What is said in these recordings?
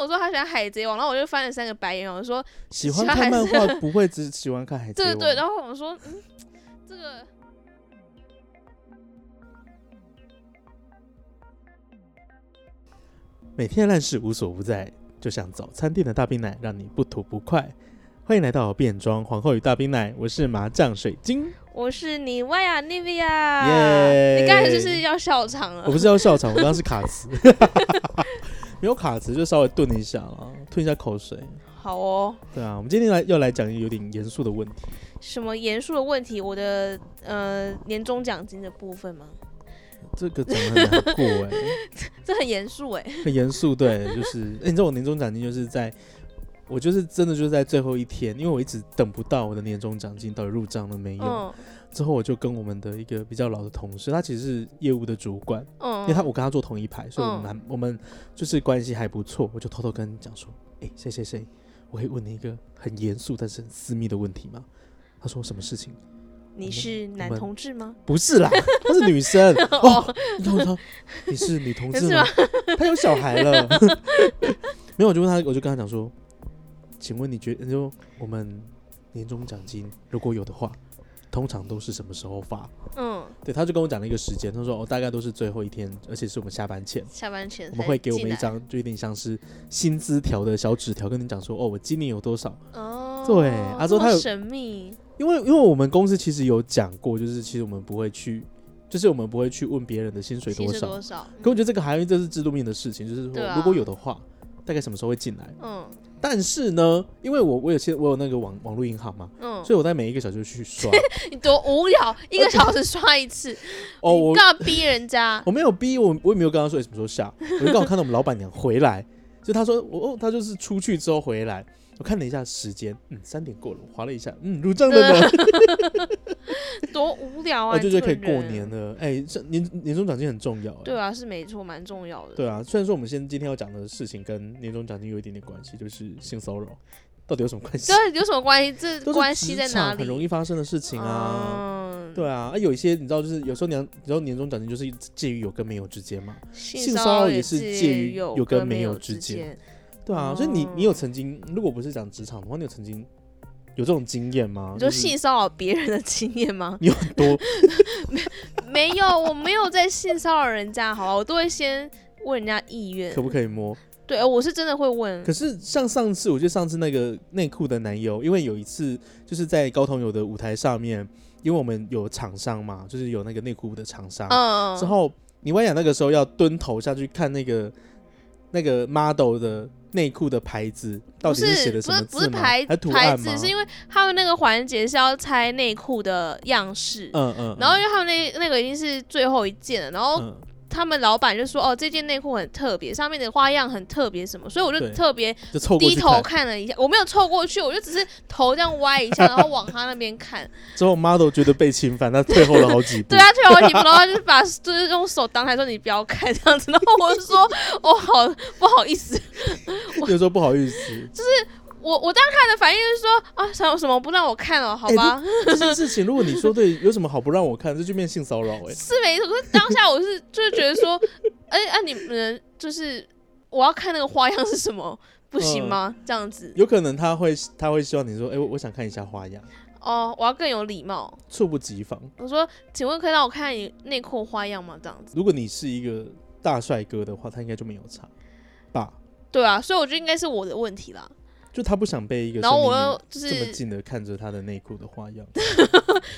我说他喜欢海贼王，然后我就翻了三个白眼，我说喜欢看漫喜欢画不会只喜欢看海贼对对王，对，然后我说嗯，这个每天烂事无所不在，就像早餐店的大冰奶，让你不吐不快。欢迎来到变装皇后与大冰奶，我是麻酱水晶，我是你薇娅妮薇耶娅，你刚才就是要笑场了，我不是要笑场，我刚刚是卡词，没有卡词就稍微顿一下啦，吞一下口水。 好哦，对啊，我们今天来要来讲一个有点严肃的问题，什么严肃的问题？我的呃年终奖金的部分吗？这个讲得很难过哎、 这很严肃哎，很严肃，对，就是、欸你知道我年终奖金就是在，我就是真的就是在最后一天，因为我一直等不到我的年终奖金到底入账了没有，嗯之后我就跟我们的一个比较老的同事，他其实是业务的主管，因为他嗯，我跟他坐同一排，所以我们还、我们就是关系还不错，我就偷偷跟你讲说，哎、谁谁谁，我可以问你一个很严肃但是很私密的问题吗？他说什么事情？你是男同志吗？不 是啦，她是女生哦。然后我说你是女同志 是吗吗？她有小孩了。 没有，我就问她，我就跟她讲说，请问你觉得就我们年终奖金如果有的话，通常都是什么时候发？嗯，对，她就跟我讲了一个时间，她说哦，大概都是最后一天，而且是我们下班前。下班前我们会给我们一才进来张，就有点像是薪资条的小纸条，跟你讲说，哦，我今年有多少？哦，对他这说么他有神秘，因为因为我们公司其实有讲过，就是其实我们不会去，就是我们不会去问别人的薪水薪多水少，多少？可我觉得这个还因为这是制度面的事情，就是对说啊如果有的话，大概什么时候会进来？嗯但是呢，因为我我有些我有那个网网络银行嘛，嗯，所以我在每一个小时 去刷。你多无聊，一 个小时刷一次，哦，你我干嘛逼人家？我没有逼我，我也没有跟他说哎什么时候下， 我就刚好看到我们老板娘回来，就他说我哦，他就是出去之后回来，我看了一下时间，嗯，三点过了，我划了一下，嗯，入账了呢， 哦多无聊啊！我就觉得可以你这个过人年。了。哎，这年年终奖金很重要，哎对啊，是没错，蛮重要的。对啊，虽然说我们现在今天要讲的事情跟年终奖金有一点点关系，就是性骚扰，到底有什么关系？这有什么关系？这 都是关系在职场哪里？很容易发生的事情啊。嗯，对啊，啊有一些你知道，就是有时候年，你知道年终奖金就是介于有跟没有之间嘛。性性骚骚扰扰也是介于有有跟没没有之之间。对哦啊，所以你你有曾经，如果不是讲职场的话，你有曾经有这种经验吗？你就说是？性骚扰别人的经验吗 你有很多，没有，我没有在性骚扰人家，好吧，我都会先问人家意愿可。不可以摸？ 对，呃我是真的会问可。是像上次，我记得上次那个内裤的男友，因为有一次就是在高同友的舞台上面，因为我们有厂商嘛，就是有那个内裤的厂商，嗯，啊之后你万雅那个时候要蹲头下去看那个那个 model 的内裤的牌子到不底写是的不什么是不字是吗？牌还图牌案子吗？，是因为他们那个环节是要拆内裤的样式。嗯嗯，然后因为他们那那个已经是最后一件了，然后嗯他们老板就说：“哦，这件内裤很特别，上面的花样很特别什么。”所以我对就特别就凑过低去头看，看了一下，我没有凑过去，我就只是头这样歪一下，然后往他那边 看。之后 model 觉得被侵犯，他退后了好几步。对啊，退了好几步，然后就是把就是用手挡开说：“你不要看这样子。”然后我就说：“哦，好不好意思。 有时候不好意思，我”我当看的反应是说：“啊，什么什么不让我看了？好哎吧，这件事情如果你说对，有什么好不让我看？这就变性骚扰 哎。是没错。”可是当下我是就是觉得说：“哎、啊，你们就是我要看那个花样是什么，不嗯行吗？这样子有可能他会他会希望你说，哎、我我想看一下花样，哦，我要更有礼貌。”猝不及防。我说：“请问可以让我看你内裤花样吗？”这样子。如果你是一个大帅哥的话，他应该就没有差吧？对啊，所以我觉得应该是我的问题啦。就他不想被一个然后生我命又就这么是近的看着他的内裤的花样，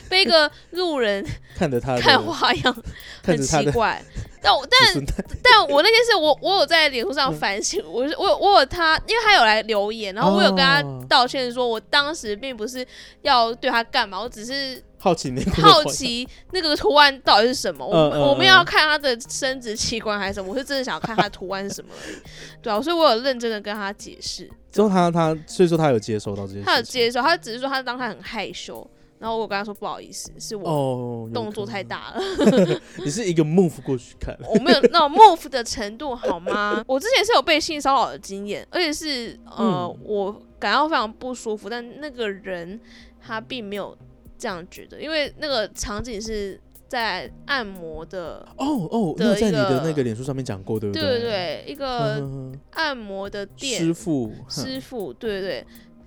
被一个路人看 着他 的看花样， 看很着他奇的 怪。但我但子孙 代但我那件事，我我有在脸书上嗯反省，我是我有我有他，因为他有来留言，然后我有跟他哦道歉说，我当时并不是要对他干嘛，我只 是好奇内裤的花好样，奇那个图案到底是什么，我、嗯嗯我没有嗯要看他的生殖器官还是什么，我是真的想要看他的图案是什么而已。对啊，所以我有认真的跟他解释。之后他他所以说他有接收到这些事情，他有接受，他只是说他当他很害羞，然后我跟他说不好意思，是我哦，有动作可太能，大了，你是一个 move 过去看， 我没有那种 move 的程度好 吗？我之前是有被性骚扰的经验，而且是呃、嗯我感到非常不舒服，但那个人他并没有这样觉得，因为那个场景是在按摩的，哦哦，你的有一在你的个那个脸书上面讲过，对不对对对对，一个嗯嗯按摩的嗯店师傅，师傅，对对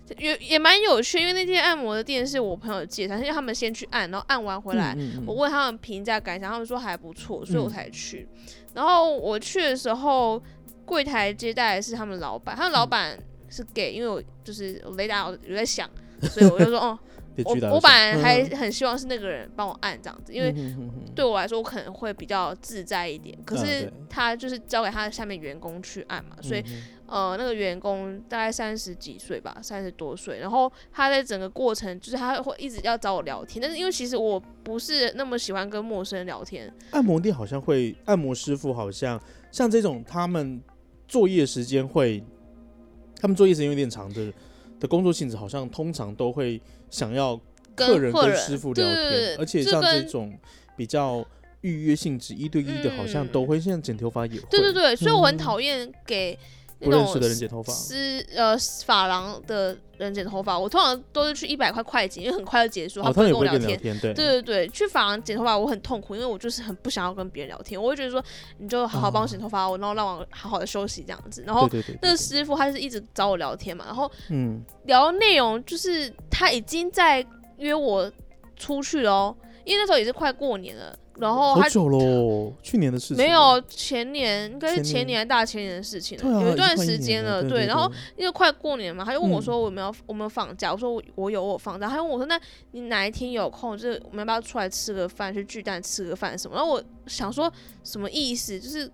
对，也也蛮有趣，因为那天按摩的店是我朋友介绍，因为他们先去按，然后按完回来，嗯，嗯嗯我问他们评价感想，他们说还不错，所以我嗯才去。然后我去的时候，柜台接待的是他们老板，他们老嗯板是给，因为我就是我雷达有有在响，所以我就说， 哦，得我去打我个本手来嗯还嗯很希望是那个人帮我按这样子，因为嗯嗯嗯嗯对我来说我可能会比较自在一点。可嗯是对他就是交给他下面员工去按嘛，所以嗯呃，那个员工大概三十几岁吧，三十多岁，然后他在整个过程就是他会一直要找我聊天，但是因为其实我不是那么喜欢跟陌生人聊天，按摩店好像会，按摩师傅好像像这种，他们作业时间会，他们作业时间有点长的的工作性质，好像通常都会想要客跟人客跟人师傅对聊对对天，而且这像这跟种比较预约性质一对一的，好像嗯都会。现在剪头发也会，对对对，所以我很嗯讨厌给那不认种识的人剪头发，私呃发廊的人剪头发，我通常都是去一百块快剪，因为很快就结束，哦，不他会们跟也不我会聊跟你天聊。天，对对对对，去发廊剪头发我很痛苦，因为我就是很不想要跟别人聊天，我会觉得说你就好好帮我剪头发，我然后让我好好的休息这样子。然后啊对对对那对，个师傅他是一直找我聊天嘛，然后嗯，聊内容就是他已经在约我出去了哦，因为那时候也是快过年了，然后好他久喽，哦去年的事情没了，有前年，应该是前前年年还大前年的事情对了，啊，有已一经段快时年间了了。对对，对然后对因为快过年嘛，他就问我说嗯我有没有我有没有放假，我说我我有我有放假，他就问我说那你哪一天有空，就是我们要不要出来吃个饭，去巨蛋吃个饭什么？然后我想说什么意思，就是。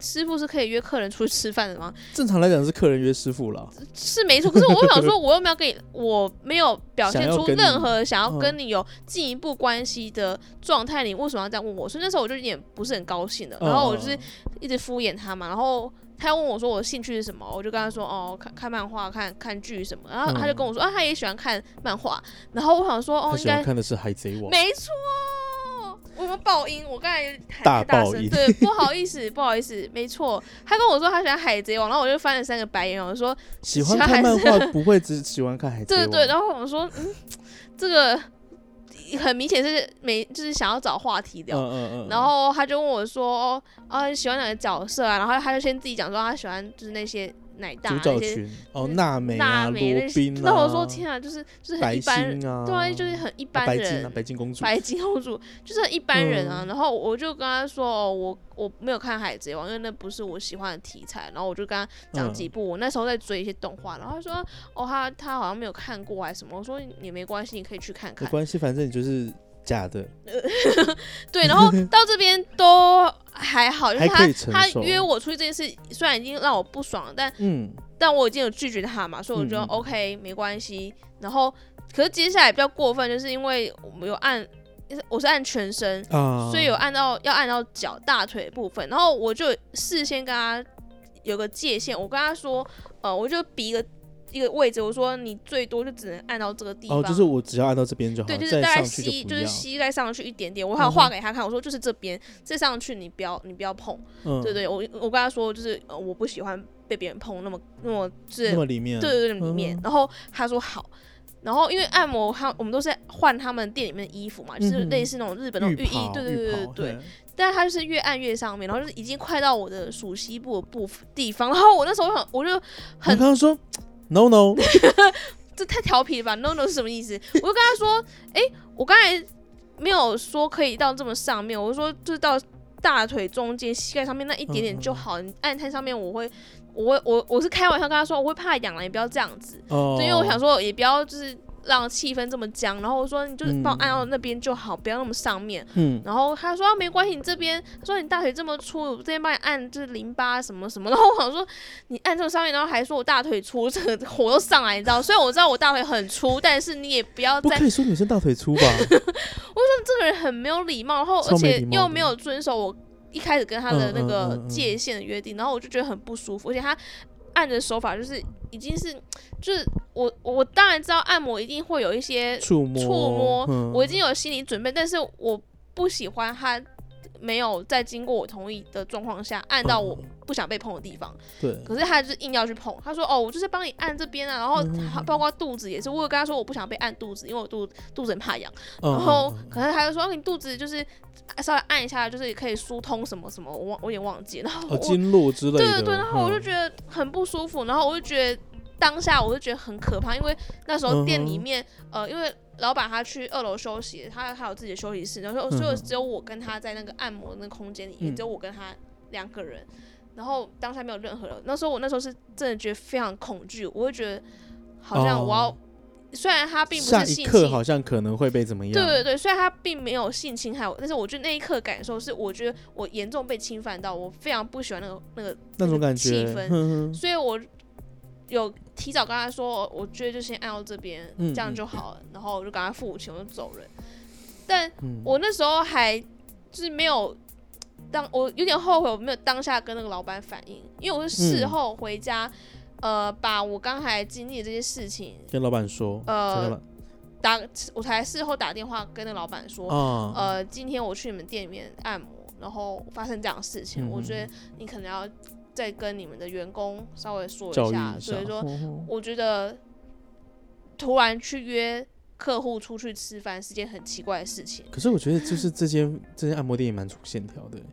师傅是可以约客人出去吃饭的吗？正常来讲是客人约师傅了，是没错，可是我又想说，我又没有跟你，我没有表现想要出跟你任何想要嗯跟你有进一步关系的状态，你为什么要这样问我？所以那时候我就有点不是很高兴呃了，然后我就是哦嗯一直敷衍他嘛，然后他问我说我的兴趣是什么，我就跟他说哦，看看漫画、看看剧什么，然后嗯他就跟我说、啊，他也喜欢看漫画，然后我想说哦他，应喜欢该看的是《海贼王》，没错，我有没有爆音？我刚才有点太大太大爆声，音对，不好意思，不好意思，没错，他跟我说他喜欢海贼王，然后我就翻了三个白眼，我说喜欢看漫画不会只喜欢看海贼对王，对，然后我说嗯，这个很明显是没就是想要找话题聊，嗯嗯嗯，然后他就问我说：“啊，你喜欢哪个角色啊？”然后他就先自己讲说他喜欢就是那些奶大主啊角那些群哦，娜美啊，娜罗美那些宾。啊，那我说天啊，就是就是很白一般人，星啊，对啊，就是很一啊般白金人啊，，白金公主，白金公主 就是很一般人嗯啊。然后我就跟他说：“哦，我我没有看《海贼王》，因为那不是我喜欢的题材。”然后我就跟他讲嗯几部，我那时候在追一些动画，然后他说：“哦，他他好像没有看过还是什么。”我说：“也没关系，你可以去看没看。”关系，反正你就是假的，对，然 后到这边都还好，就是还他可以承他受约我出去这件事，虽然已经让我不爽了，但嗯，但我已经有拒绝他嘛，所以我觉得嗯嗯 OK 没关系。然后，可是接下来比较过分，就是因为我们有按，我是按全身，啊，所以有按到要按到脚大腿的部分，然后我就事先跟他有个界限，我跟他说，呃，我就比一个一个位置，我说你最多就只能按到这个地方，哦，就是我只要按到这边就好，对，就是再大概上去膝，不是要，膝盖上去一点点。我还有嗯哼画给他看，我说就是这边，再上去你不要，你不要碰。嗯，对，对，我我跟他说就是、呃、我不喜欢被别人碰那么那么就是那么里面，对对对里面。嗯然后他说好。然后因为按摩他我们都是换他们店里面的衣服嘛，就是嗯哼类似那种日本那种浴浴衣袍，对对对浴对袍对。嘿但是他就是越按越上面，然后就是已经快到我的属膝部的部分地方，然后我那时候想我就很我刚刚说 no no，这太调皮了吧？No No 是什么意思？我就跟他说，哎、我刚才没有说可以到这么上面，我说就是到大腿中间、膝盖上面那一点点就好。你按太上面，我会，我会，我我是开玩笑跟他说，我会怕痒了，你不要这样子。哦，对，因为我想说也不要就是让气氛这么僵。然后我说你就是帮我按到那边就好，不要那么上面。嗯，然后他说、啊、没关系，你这边他说你大腿这么粗，我这边帮你按就是淋巴什么什么。然后我想说你按这么上面，然后还说我大腿粗，这个火都上来，你知道？虽然我知道我大腿很粗，但是你也不要不再嗯可以说女生大 腿粗吧？这个人很没有礼貌，然后超而没且礼貌又的没有遵守我一开始跟他的嗯那嗯个嗯嗯界限的约定，然后我就觉得很不舒服，而且他按的手法就是已经是就是我我当然知道按摩一定会有一些触摸，触摸嗯我已经有心理准备，但是我不喜欢他没有在经过我同意的状况下按到我不想被碰的地方，对，可是他就是硬要去碰。他说：“哦，我就是帮你按这边啊。”然后嗯他包括肚子也是，我有跟他说我不想被按肚子，因为我肚肚子很怕痒。然嗯后嗯可是他就说：“哦你肚子就是啊稍微按一下，就是也可以疏通什么什么。”我忘我有点忘记。然后嗯我哦经络之类的，对对对，然后我就嗯觉得很不舒服，然后我就觉得当下我就觉得很可怕，因为那时候店里嗯哼面、呃，因为老板他去二楼休息，他他有自己的休息室，然后嗯所以哼只有我跟他在那个按摩那个空间里面，嗯只有我跟他两个人，然后当下没有任何人。那时候我那时候是真的觉得非常恐惧，我会觉得好像我要，哦虽然他并不下是一性刻侵好像可能会被怎么样？对对对，虽然他并没有性侵害我，但是我觉得那一刻感受是，我觉得我严重被侵犯到，我非常不喜欢那个那个那种感气觉，嗯氛哼哼所以我有提早跟他说，哦我觉得就先按到这边，嗯这样嗯就好了。然后我就赶快付钱，我就走人。但嗯我那时候还就是没有当，我有点后悔，我没有当下跟那个老板反映，因为我是事嗯后回家，呃，把我刚才经历的这些事情，跟老板说，呃才跟老打我才事后打电话跟那个老板说，啊，呃，今天我去你们店里面按摩，然后发生这样的事情，嗯我觉得你可能要再跟你们的员工稍微说教育一嗯所以说吼吼我觉得突然去约客户出去吃饭是件很奇怪的事情。可是我觉得就是这间这间按摩店也蛮粗线条的，啊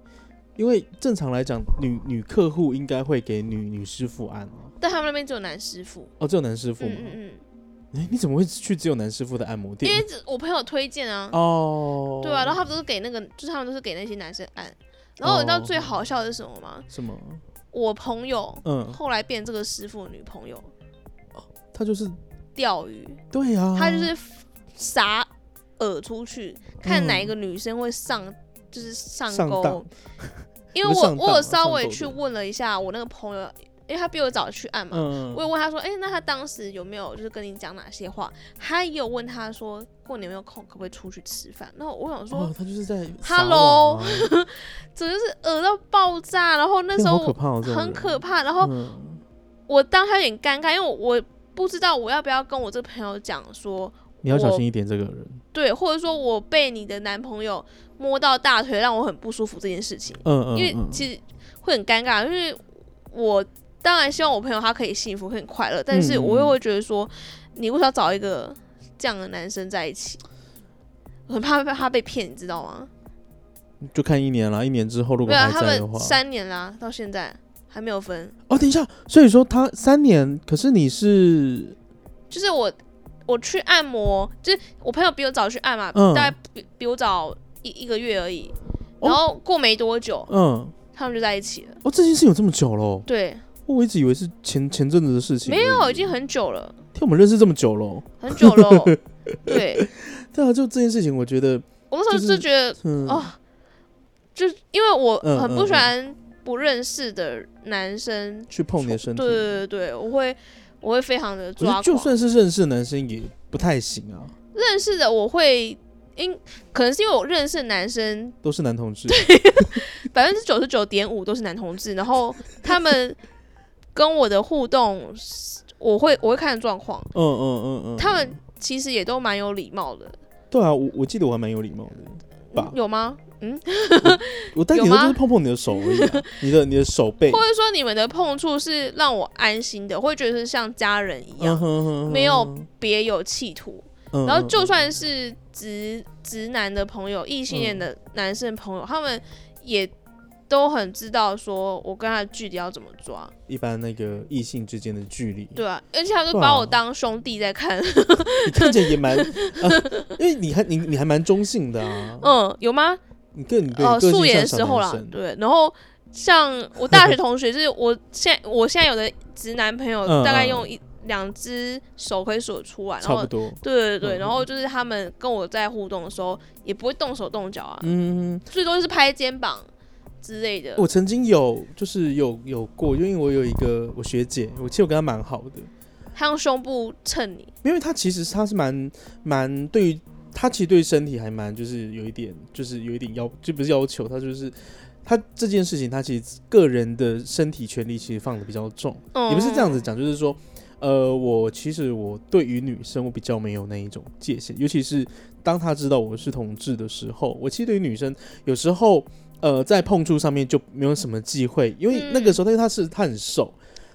因为正常来讲，女女客户应该会给女女师傅按啊但他们那边只有男师傅，哦，只有男师傅嗯吗？嗯嗯，哎、你怎么会去只有男师傅的按摩因店为？这我朋友推荐啊，哦，对啊，然后他们都是给那个，就是他们都是给那些男生按。然后你知哦道最好笑的是什么吗？什么？我朋友嗯，后来变这个师傅的女朋友他就是钓鱼，对啊，她就是撒饵出去，看嗯哪一个女生会上，就是上上钩当。，因为你我们上当我有啊稍上微钩去的问了一下我那个朋友，因为他比我早去按嘛，嗯我，有问他说，哎、那他当时有没有就是跟你讲哪些话？他也有问他说，过年有没有空，可不可以出去吃饭？那我想说，哦，他就是在撒 Hello 网啊 整个是恶到爆炸。然后那时候天啊好可我怕、哦，这种很人可怕，然后嗯我当他有点尴尬，因为我不知道我要不要跟我这个朋友讲说，你要小我心一点，这个人，对，或者说我被你的男朋友摸到大腿，让我很不舒服这件事情。嗯嗯，因为嗯其实会很尴尬，因为我当然希望我朋友他可以幸福、很快乐，但是嗯嗯我又会觉得说，你为什么要找一个这样的男生在一起？我很怕被他被骗，你知道吗？就看一年啦，一年之后如没果有啊，还他在的话们，三年啦，到现在还没有分。哦，等一下，所以说他三年，可是你是就是我我去按摩，就是我朋友比我早去按嘛，嗯大概比比我早一一个月而已。哦然后过没多久，嗯，他们就在一起了。哦，这件事情有这么久了哦、对，我一直以为是前前阵子的事情而已，没有，已经很久了，听我们认识这么久了哦、很久了 哦。对，对啊，就这件事情，我觉得，我那时候就就是觉得，嗯，哦，就是因为我嗯很不嗯喜欢不认识的男生去碰你的身体，对对对对，我会我会非常的我觉抓得就狂。算是认识的男生也不太行啊，认识的我会，因可能是因为我认识的男生都是男同志，百分之九十九点五都是男同志，然后他们跟我的互动是，我会我会看状况，嗯嗯嗯嗯，他们其实也都蛮有礼貌的，嗯对啊，我我记得我还蛮有礼貌的，吧有吗？我但有顶多就吗是碰碰你的手而已 啊、你的你的手背或，者说你们的碰触是让我安心的，会觉得是像家人一样嗯，哼哼没有哼别有企图。嗯然后嗯就嗯嗯算是直直男的朋友、异性恋的男生朋友，他们也都很知道说我跟他的距离要怎么抓，一般那个异性之间的距离，对啊，而且他就对啊把我当兄弟在看，你看起来 也蛮，啊、因为你还你你还蛮中性的啊，嗯，有吗？你个你对呃，个性素颜的像时小候男啦生，对，然后。像我大学同学，就是我现在我现在有的直男朋友，嗯大概嗯用一两只手可以数得出来，然差后不多，对对对，嗯然后就是他们跟我在互动的时候，也不会动手动脚啊，嗯，最多就是拍肩膀之类的。我曾经有就是有有过，因为我有一个我学姐，我其实我跟她蛮好的，他用胸部蹭你，因为她其实她是蛮蛮对于她其实对身体还蛮就是有一点就是有一点要就不是要求，她就是她这件事情她其实个人的身体权利其实放的比较重，嗯，也不是这样子讲，就是说。呃，我其实我对于女生我比较没有那一种界限，尤其是当她知道我是同志的时候，我其实对于女生有时候呃，在碰触上面就没有什么忌讳，因为那个时候，但是他是他很瘦，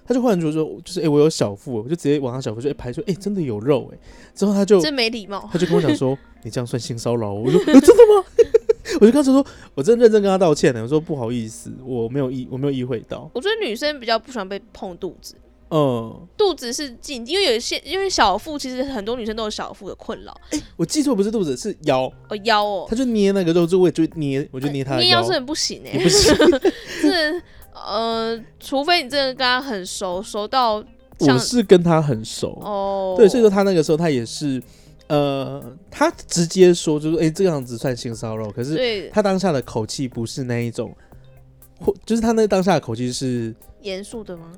他就忽然就说，就是哎、诶我有小腹，我就直接往他小腹就一拍说，哎、真的有肉哎、之后他就真没礼貌。他就跟我讲说，你这样算性骚扰哦，我说、呃真的吗？ 我就跟他说，我真的认真跟他道歉了，我说不好意思，我没有意我没有意会到，我觉得女生比较不喜欢被碰肚子，嗯，肚子是禁忌，因为有一些因为小腹其实很多女生都有小腹的困扰，我记错不是肚子是腰，哦腰哦，他就捏那个肉，就我也就捏，我就捏他的捏腰腰，真的不行哎、也不 是这呃，除非你真的跟他很熟，熟到像我是跟他很熟，哦，对，所以说他那个时候他也是，呃，他直接说就是哎、诶这样子算性骚扰，可是对他当下的口气不是那一种，或就是他那当下的口气是严肃的吗？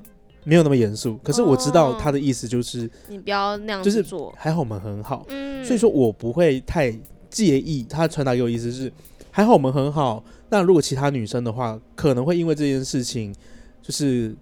没有那么严肃，可是我知道哦他的意思就是、你不要那样就子是做，还好我们很好，嗯，所以说我不会太介意他传达给我意思是还好我们很好，那如果其他女生的话，可能会因为这件事情就是。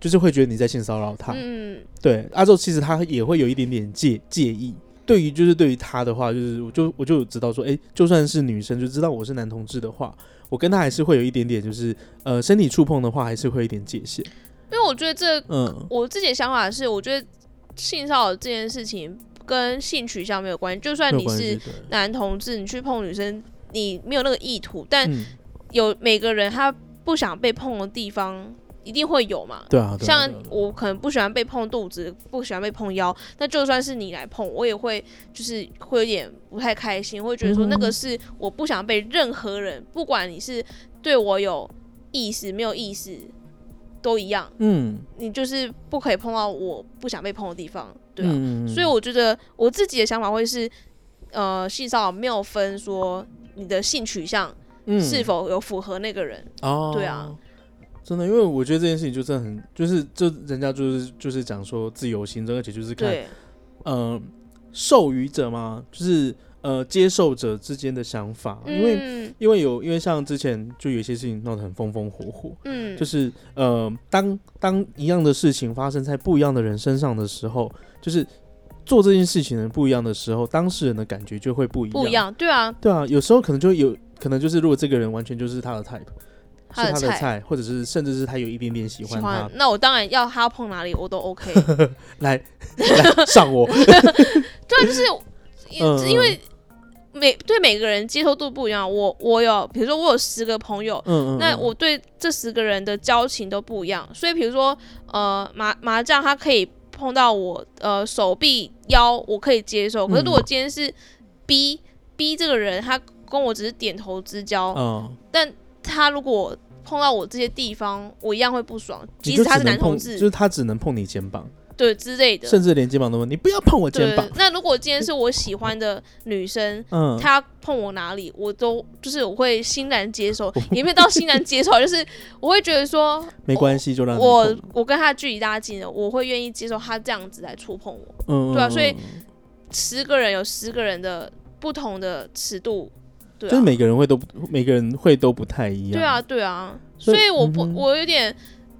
就是会觉得你在性骚扰她，嗯，对，阿宙其实他也会有一点点介介意。对于就是对于他的话，就是我就我就知道说，哎，就算是女生就知道我是男同志的话，我跟他还是会有一点点就是呃身体触碰的话，还是会有一点界限。因为我觉得这嗯我自己的想法是，我觉得性骚扰这件事情跟性取向没有关系，就算没有你关系是对男同志，你去碰女生，你没有那个意图，但嗯，有每个人他不想被碰的地方一定会有嘛。对啊，对啊像对啊对啊我可能不喜欢被碰肚子，不喜欢被碰腰，那就算是你来碰，我也会就是会有点不太开心，会觉得说嗯那个是我不想被任何人，不管你是对我有意思没有意思，都一样，嗯，你就是不可以碰到我不想被碰的地方，对啊。嗯所以我觉得我自己的想法会是，呃，性骚扰没有分说你的性取向嗯是否有符合那个人，哦，对啊，真的，因为我觉得这件事情就真的很，就是就人家就是就是讲说自由心证，而且就是看对，呃授予者嘛，就是呃接受者之间的想法，因为嗯因为有因为像之前就有一些事情闹得很风风火火，嗯，就是呃当当一样的事情发生在不一样的人身上的时候，就是做这件事情的人不一样的时候，当事人的感觉就会不一样，不一样，对啊，对啊，有时候可能就有可能就是如果这个人完全就是他的 type，他的是他的菜菜，或者是甚至是他有一点点喜欢他，那我当然要他碰哪里我都 OK。来来上我， 对，就是嗯因因为每对每个人接受度不一样。我我有，比如说我有十个朋友，嗯嗯，那嗯我对这十个人的交情都不一样。所以比如说呃麻麻将，它可以碰到我呃手臂腰，我可以接受。可是如果嗯今天是 B、B 这个人，他跟我只是点头之交，嗯，但他如果碰到我这些地方，我一样会不爽，你即就使他只是能男同碰志，就是他只能碰你肩膀，对之类的。甚至连肩膀都问你不要碰我对肩膀，那如果今天是我喜欢的女生，嗯，她碰我哪里，我都就是我会欣然接 受，也没有到欣然接受，就是我会觉得说，没关系，就嗯让你我碰我跟她距离拉近了，我会愿意接受她这样子来触碰我。嗯，对啊嗯所以嗯十个人有十个人的不同的尺度，对就是啊，每个人会都每个人会都不太一样，对啊，，对啊，所所以以我不嗯哼我有点。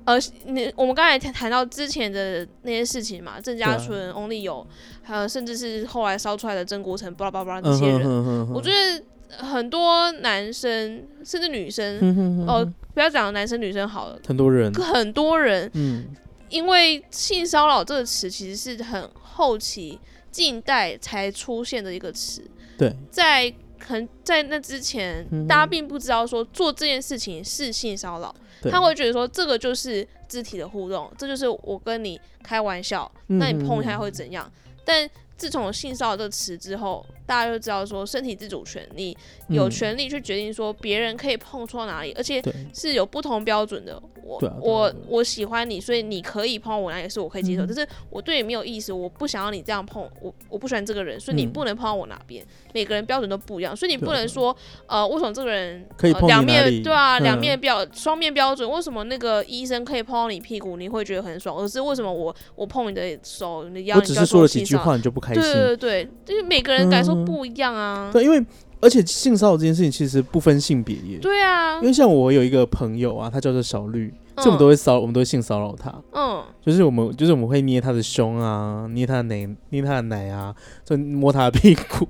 呃，你我们刚才谈谈到之前的那些事情嘛，郑对家啊纯、翁立友，还有甚至是后来烧出来的曾国成，巴拉巴拉巴拉这嗯些哼人，哼哼哼，我觉得很多男生甚至女生，哼哼哼哦嗯哼，不要讲男生女生好了，很多人，很多人嗯，因为性骚扰这个词其实是很后期近代才出现的一个词，对，在可能在那之前嗯，大家并不知道说做这件事情是性骚扰，对他会觉得说这个就是肢体的互动，这就是我跟你开玩笑，嗯那你碰一下会怎样？但自从有性骚扰这个词之后，大家就知道说身体自主权，你有嗯权利去决定说别人可以碰触到哪里，而且对，是有不同标准的。我、对啊对啊我对啊嗯我喜欢你，所以你可以碰我哪里是我可以接受，但是我对你没有意思，我不想要你这样碰，我我不喜欢这个人，所以你嗯不能碰到我哪边。每个人标准都不一样，所以你对啊不对啊能说呃，为什么这个人可以呃碰你两、哪里面对啊，嗯两面标双、面标准，为什么那个医生可以碰到你屁股，你会觉得很爽，而是为什么我我碰你的手，你的腰，我你只就要是说了说几我句欣赏话你就不开心，对对对，就是每个人感受嗯不一样啊。对，因为而且性骚扰这件事情其实不分性别耶，对啊因，为像我有一个朋友啊，他叫做小绿，所以我们都会骚，我们都会性骚扰他，嗯，就是我们就是我们会捏他的胸啊，捏他的奶，捏他的奶啊，就摸他的屁股，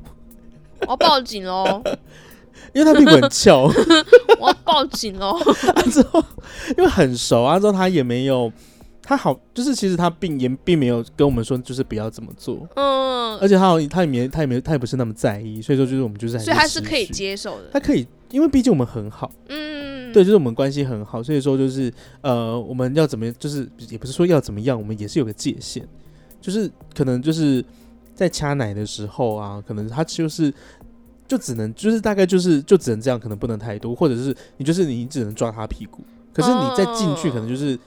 我要报警喽。因为他屁股很翘， 我要报警哦。啊之后因为很熟啊，之后他也没有，他好就是其实他并也并没有跟我们说就是不要这么做，嗯，而且他好他也没他也没他也不是那么在意，所以说就是我们就是还所以他是是可以持续，接受的。他可以，因为毕竟我们很好，嗯，对，就是我们关系很好，所以说就是呃我们要怎么就是也不是说要怎么样，我们也是有个界限，就是可能就是在掐奶的时候啊，可能他就是。就只能就是大概就是就只能这样，可能不能太多，或者是你就是你只能抓他屁股，可是你再进去哦可能就是、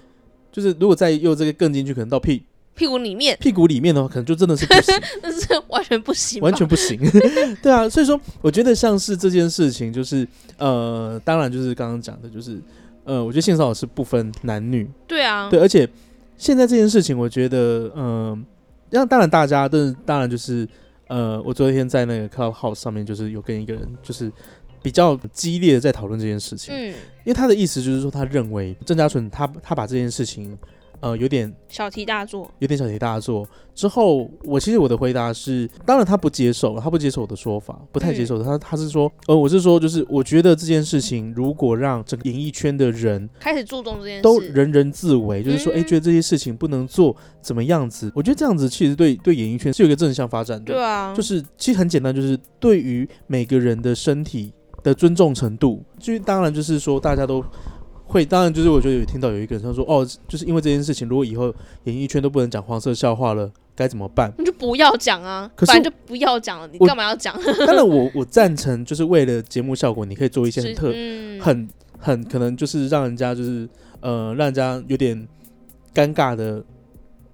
就是如果再又这个更进去，可能到屁屁股里面 屁股里面的话，可能就真的是不行，那是完全不行吧，完全不行。对啊，所以说我觉得像是这件事情，就是呃，当然就是刚刚讲的，就是呃，我觉得性骚扰是不分男女，对啊，对，而且现在这件事情，我觉得，嗯、让当然大家，但是当然就是，呃，我昨天在那个 Clubhouse 上面，就是有跟一个人，就是比较激烈的在讨论这件事情，嗯，因为他的意思就是说，他认为郑家纯他他把这件事情，呃，有点小题大做，有点小题大做。之后，我其实我的回答是，当然他不接受，他不接受我的说法，不太接受的。他他是说，呃，我是说，就是我觉得这件事情如果让整个演艺圈的人开始注重这件事，都人人自危，就是说，哎、嗯觉得这些事情不能做，怎么样子？我觉得这样子其实对对演艺圈是有一个正向发展的，对啊，就是是其实很简单，就是对于每个人的身体的尊重程度，就是当然就是说大家都。会，当然就是我觉得有听到有一个人他说，哦，就是因为这件事情，如果以后演艺圈都不能讲黄色笑话了，该怎么办？你就不要讲啊，可是反正就不要讲了，你我干嘛要讲？当然我我赞成，就是为了节目效果，你可以做一些很是特嗯很很可能就是让人家就是呃让人家有点尴尬的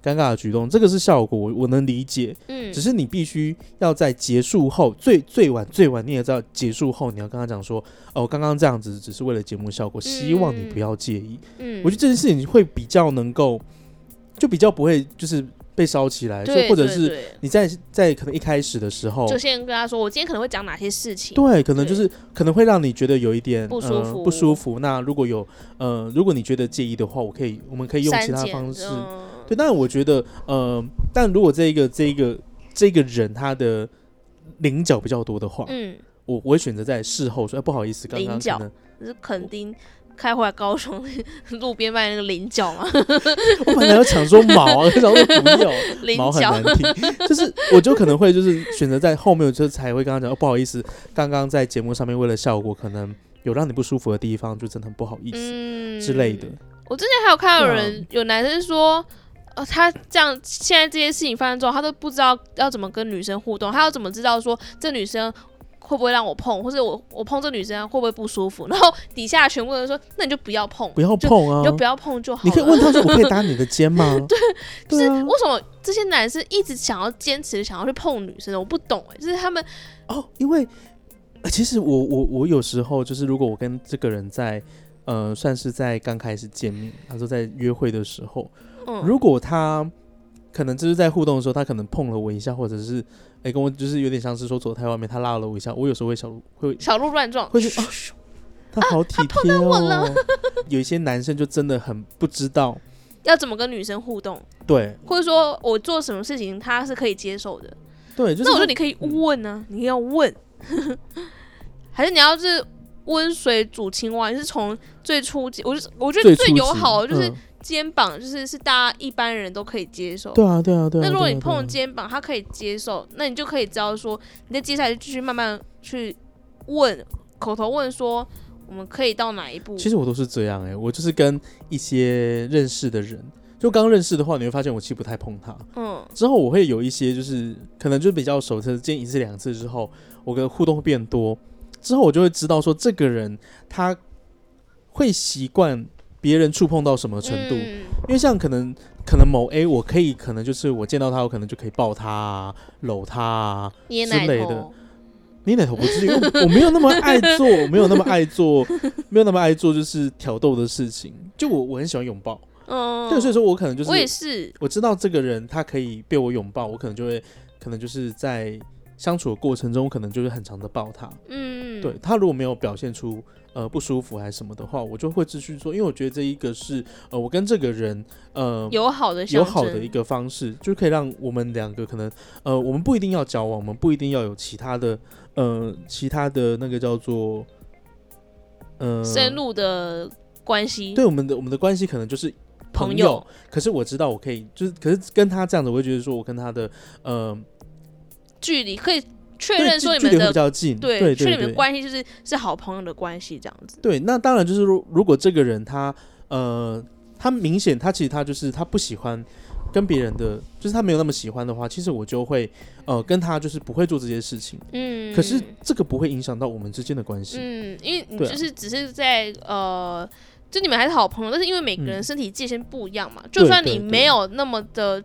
尴尬的举动，这个是效果，我我能理解。嗯只是你必须要在结束后最最晚最晚，你也知道结束后你要跟他讲说，哦，刚刚这样子只是为了节目效果，希望你不要介意。嗯，我觉得这件事情会比较能够，就比较不会就是被烧起来，说对或者对是对你在在可能一开始的时候，就先跟他说，我今天可能会讲哪些事情，对，可能就对是可能会让你觉得有一点不舒呃服不舒服。那如果有呃，如果你觉得介意的话，我可以，我们可以用删其他减方式。嗯对，但我觉得呃，但如果这一个这一个这个人他的棱角比较多的话，嗯，我我会选择在事后说，哎，不好意思，刚刚菱可角能是垦丁开回来高雄 路边卖那个菱角嘛，我本来要抢说毛 啊，我想说不要。菱 毛很角难听，就是我就可能会就是选择在后面，我就才会跟他讲，哦，不好意思，刚刚在节目上面为了效果，可能有让你不舒服的地方，就真的很不好意思、嗯之类的。我之前还有看到有对啊人、有男生说，呃，他这样现在这些事情发生之后，他都不知道要怎么跟女生互动，他要怎么知道说这女生会不会让我碰，或者我我碰这女生会不会不舒服？ 然后底下全部人说，那你就不要碰，不要就碰啊！你就不要碰就好了。你可以问他说：“我可以搭你的肩吗？” 对，就是啊，为什么这些男生一直想要坚持想要去碰女生呢？我不懂哎、就是他们哦，因为、呃其实我我我有时候就是，如果我跟这个人在呃，算是在刚开始见面，他说在约会的时候，嗯如果他可能就是在互动的时候，他可能碰了我一下，或者是哎、跟我就是有点像是说走太外面，他拉了我一下，我有时候会小会小鹿乱撞，会去啊，他啊好体贴哦。有一些男生就真的很不知道，要怎么跟女生互动，对或者说我做什么事情他是可以接受的。对，就是嗯那我觉他得你可以问呢、你要问， 还是你要是温水煮青蛙？你是从最初级，我就是我觉得最初友级好的就是嗯肩膀，就是是大家一般人都可以接受。对啊对啊对啊。那如果对啊你对啊碰肩膀，他可以接受，那你就可以知道说，你在接下来就继续慢慢去问，口头问说，我们可以到哪一步？其实我都是这样哎、我就是跟一些认识的人，就刚认识的话，你会发现我其实不太碰他。嗯，之后我会有一些就是可能就比较熟，就是见一次两次之后，我跟互动会变多，之后我就会知道说这个人他会习惯别人触碰到什么程度，嗯因为像可能可能某 A，我可以可能就是我见到他，我可能就可以抱他、啊、搂他、啊。捏之奶类头，的你奶头不至于，因为我我没有那么爱做，我没有那么爱 做，没有那么爱做就是挑逗的事情。就我我很喜欢拥抱，嗯，对，所以说我可能就是我也是，我知道这个人他可以被我拥抱，我可能就会可能就是在相处的过程中，我可能就是很长的抱他。嗯，对他如果没有表现出呃不舒服还是什么的话，我就会继续做，因为我觉得这一个是呃我跟这个人呃友好的象友好的征一个方式，就可以让我们两个可能呃我们不一定要交往，我们不一定要有其他的呃其他的那个叫做呃深入的关系，对我们的我们的关系可能就是朋朋友，可是我知道我可以，就是可是跟他这样子，我会觉得说我跟他的呃，距离可以确对认距说你距们离会的比较近，对对确认你们对的关系就是是好朋友的关系这样子。对。那当然就是如如果这个人他呃，他明显他其实他就是他不喜欢跟别人的，就是他没有那么喜欢的话，其实我就会呃跟他就是不会做这些事情。嗯，可是这个不会影响到我们之间的关系，嗯，因为你对啊就是只是在、呃，就你们还是好朋友，但是因为每个人嗯身体界限不一样嘛，对就算对你对没有那么的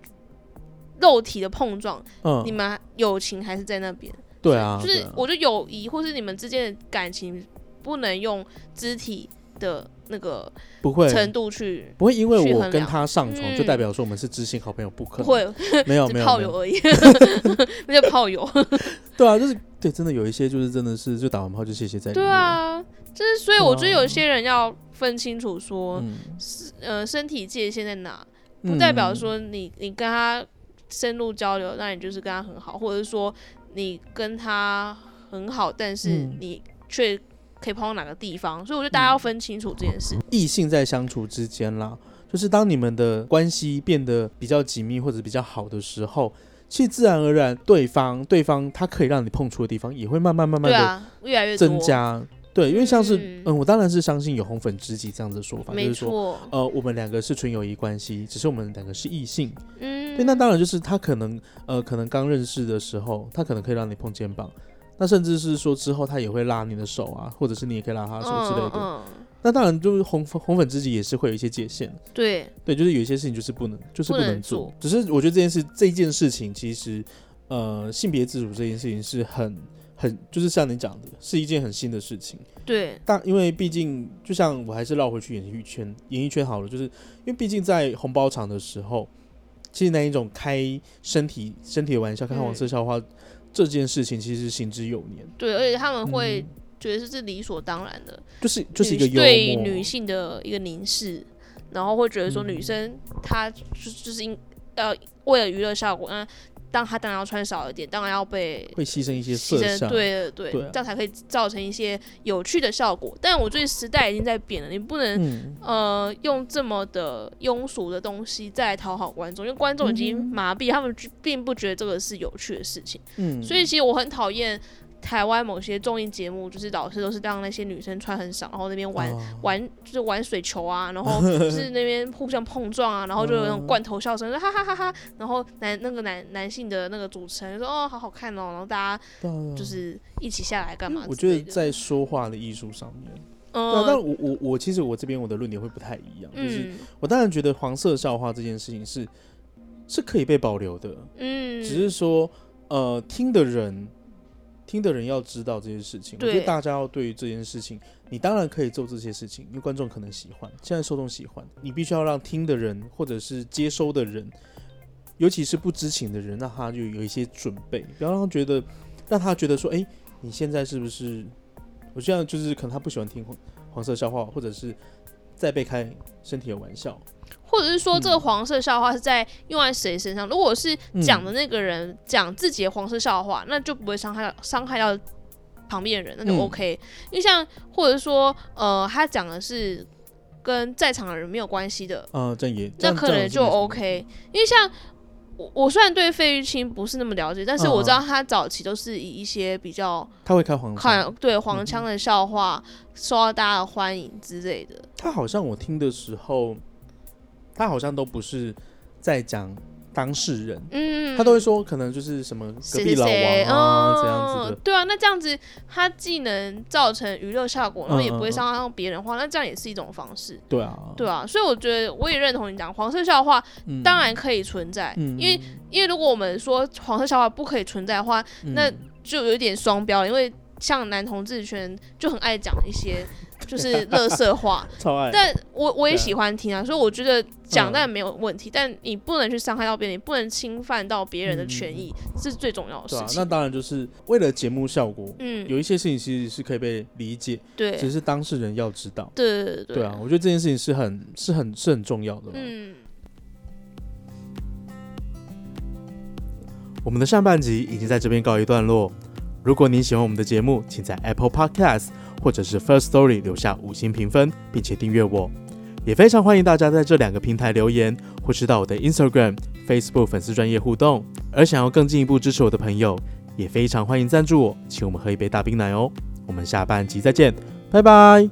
肉体的碰撞，嗯，你们友情还是在那边。对啊，就对是啊我觉得友谊或是你们之间的感情，不能用肢体的那个不会程度去。不会因为去我衡跟量他上床就嗯代表说我们是知心好朋友，不可不能，会，没有是哦没有炮没有友而已， 那叫炮友。对啊，就是对，真的有一些就是真的是就打完炮就谢谢再联对络，啊，就是所以我觉得有哇些人要分清楚说，嗯，呃，身体界限在哪，嗯不代表说你你跟他深入交流，那你就是跟他很好，或者是说你跟他很好，但是嗯你却可以跑到哪个地方。所以我觉得大家要分清楚这件事。嗯异性在相处之间啦，就是当你们的关系变得比较紧密或者比较好的时候，其实自然而然对方对方他可以让你碰触的地方也会慢慢慢慢对的啊，越来越多增，加，对，因为像是嗯嗯我当然是相信有红粉知己这样子的说法，就没是说。错，呃，我们两个是纯友谊关系，只是我们两个是异性。嗯，对，那当然就是他可能呃，可能刚认识的时候，他可能可以让你碰肩膀，那甚至是说之后他也会拉你的手啊，或者是你也可以拉他的手之类的。嗯嗯那当然，就是红粉红粉知己也是会有一些界限，嗯对，对，就是有一些事情就是不能，就是不不能能做。只是我觉得这件事，这件事情其实，呃，性别自主这件事情是很很，就是像你讲的，是一件很新的事情。对，但因为毕竟，就像我还是绕回去演艺圈，演艺圈好了，就是因为毕竟在红包场的时候，其实那一种开身体身体的玩笑，开嗯黄色笑话、这件事情，其实是行之有年，对，而且他们会嗯觉得这是理所当然的，就是就是女一个幽默对女性的一个凝视，然后会觉得嗯说女生她就就是应呃为了娱乐效果，那当她当然要穿少一点，当然要被会牺牲一些牺色牲，相，对对对，对啊这样才可以造成一些有趣的效果。但我觉得时代已经在变了，你不能、嗯，呃用这么的庸俗的东西再来讨好观众，因为观众已经麻痹，他们就并不觉得这个是有趣的事情。嗯所以其实我很讨厌台湾某些综艺节目，就是老师都是让那些女生穿很少，然后那边玩、哦玩就是玩水球啊，然 后就是那边互相碰撞啊，然后就有那嗯种罐头笑声，说哈哈哈哈。然后男那个男男性的那个主持人就说哦好好看哦，然后大家对啊对啊就是一起下来干嘛之类的？我觉得在说话的艺术上面，对啊，但嗯我我我其实我这边我的论点会不太一样，就是嗯我当然觉得黄色笑话这件事情是是可以被保留的，嗯，只是说呃听的人听的人要知道这件事情，我觉对得大家要对于这件事情，你当然可以做这些事情，因为观众可能喜欢，现在受众喜欢，你必须要让听的人或者是接收的人，尤其是不知情的人，让他就有一些准备，不要让他觉得让他觉得说，哎、你现在是不是？我现在就是可能他不喜欢听黄黄色笑话，或者是在被开身体的玩笑，或者是说这个嗯黄色笑话是在用在谁身上？如果是讲嗯的那个人讲自己的黄色笑话，那就不会伤害到伤害到旁边的人，那就嗯 OK。因为像或者说呃，他讲的是跟在场的人没有关系的，啊、这样也这那样可这样能是就没什么 OK。因为像我我虽然对费玉清不是那么了解，但是我知道他早期都是以一些比较他会开嗯黄色，嗯看对黄腔的笑话受到大家的欢迎之类的。他好像我听的时候，他好像都不是在讲当事人，嗯，他都会说可能就是什么隔谁壁谁老谁王啊这嗯样子的，对啊，那这样子它既能造成娱乐效果，然嗯后也不会伤害到别人的话，那这样也是一种方式。对啊，对啊，所以我觉得我也认同你讲黄色笑话嗯当然可以存在，嗯因为因为如果我们说黄色笑话不可以存在的话，嗯 那就有点双标了，因为像男同志圈就很爱讲一些就是乐色化。超爱。但我我也对啊喜欢听啊，所以我觉得讲嗯嗯但没有问题，但你不能去伤害到别人，你不能侵犯到别人的权益，这是最重要的对事啊，情那。当然就是为了节目效果，嗯，有一些事情其实是可以被理解，对，只是当事人要知道。对对对对啊，，我觉得这件事情是很是很是很重要的。嗯，嗯，我们的上半集已经在这边告一段落。如果您喜欢我们的节目，请在 Apple Podcast 或者是 First Story 留下五星评分，并且订阅我。也非常欢迎大家在这两个平台留言，或是到我的 Instagram、Facebook 粉丝专业互动。而想要更进一步支持我的朋友，也非常欢迎赞助我，请我们喝一杯大冰奶哦。我们下半集再见，拜拜。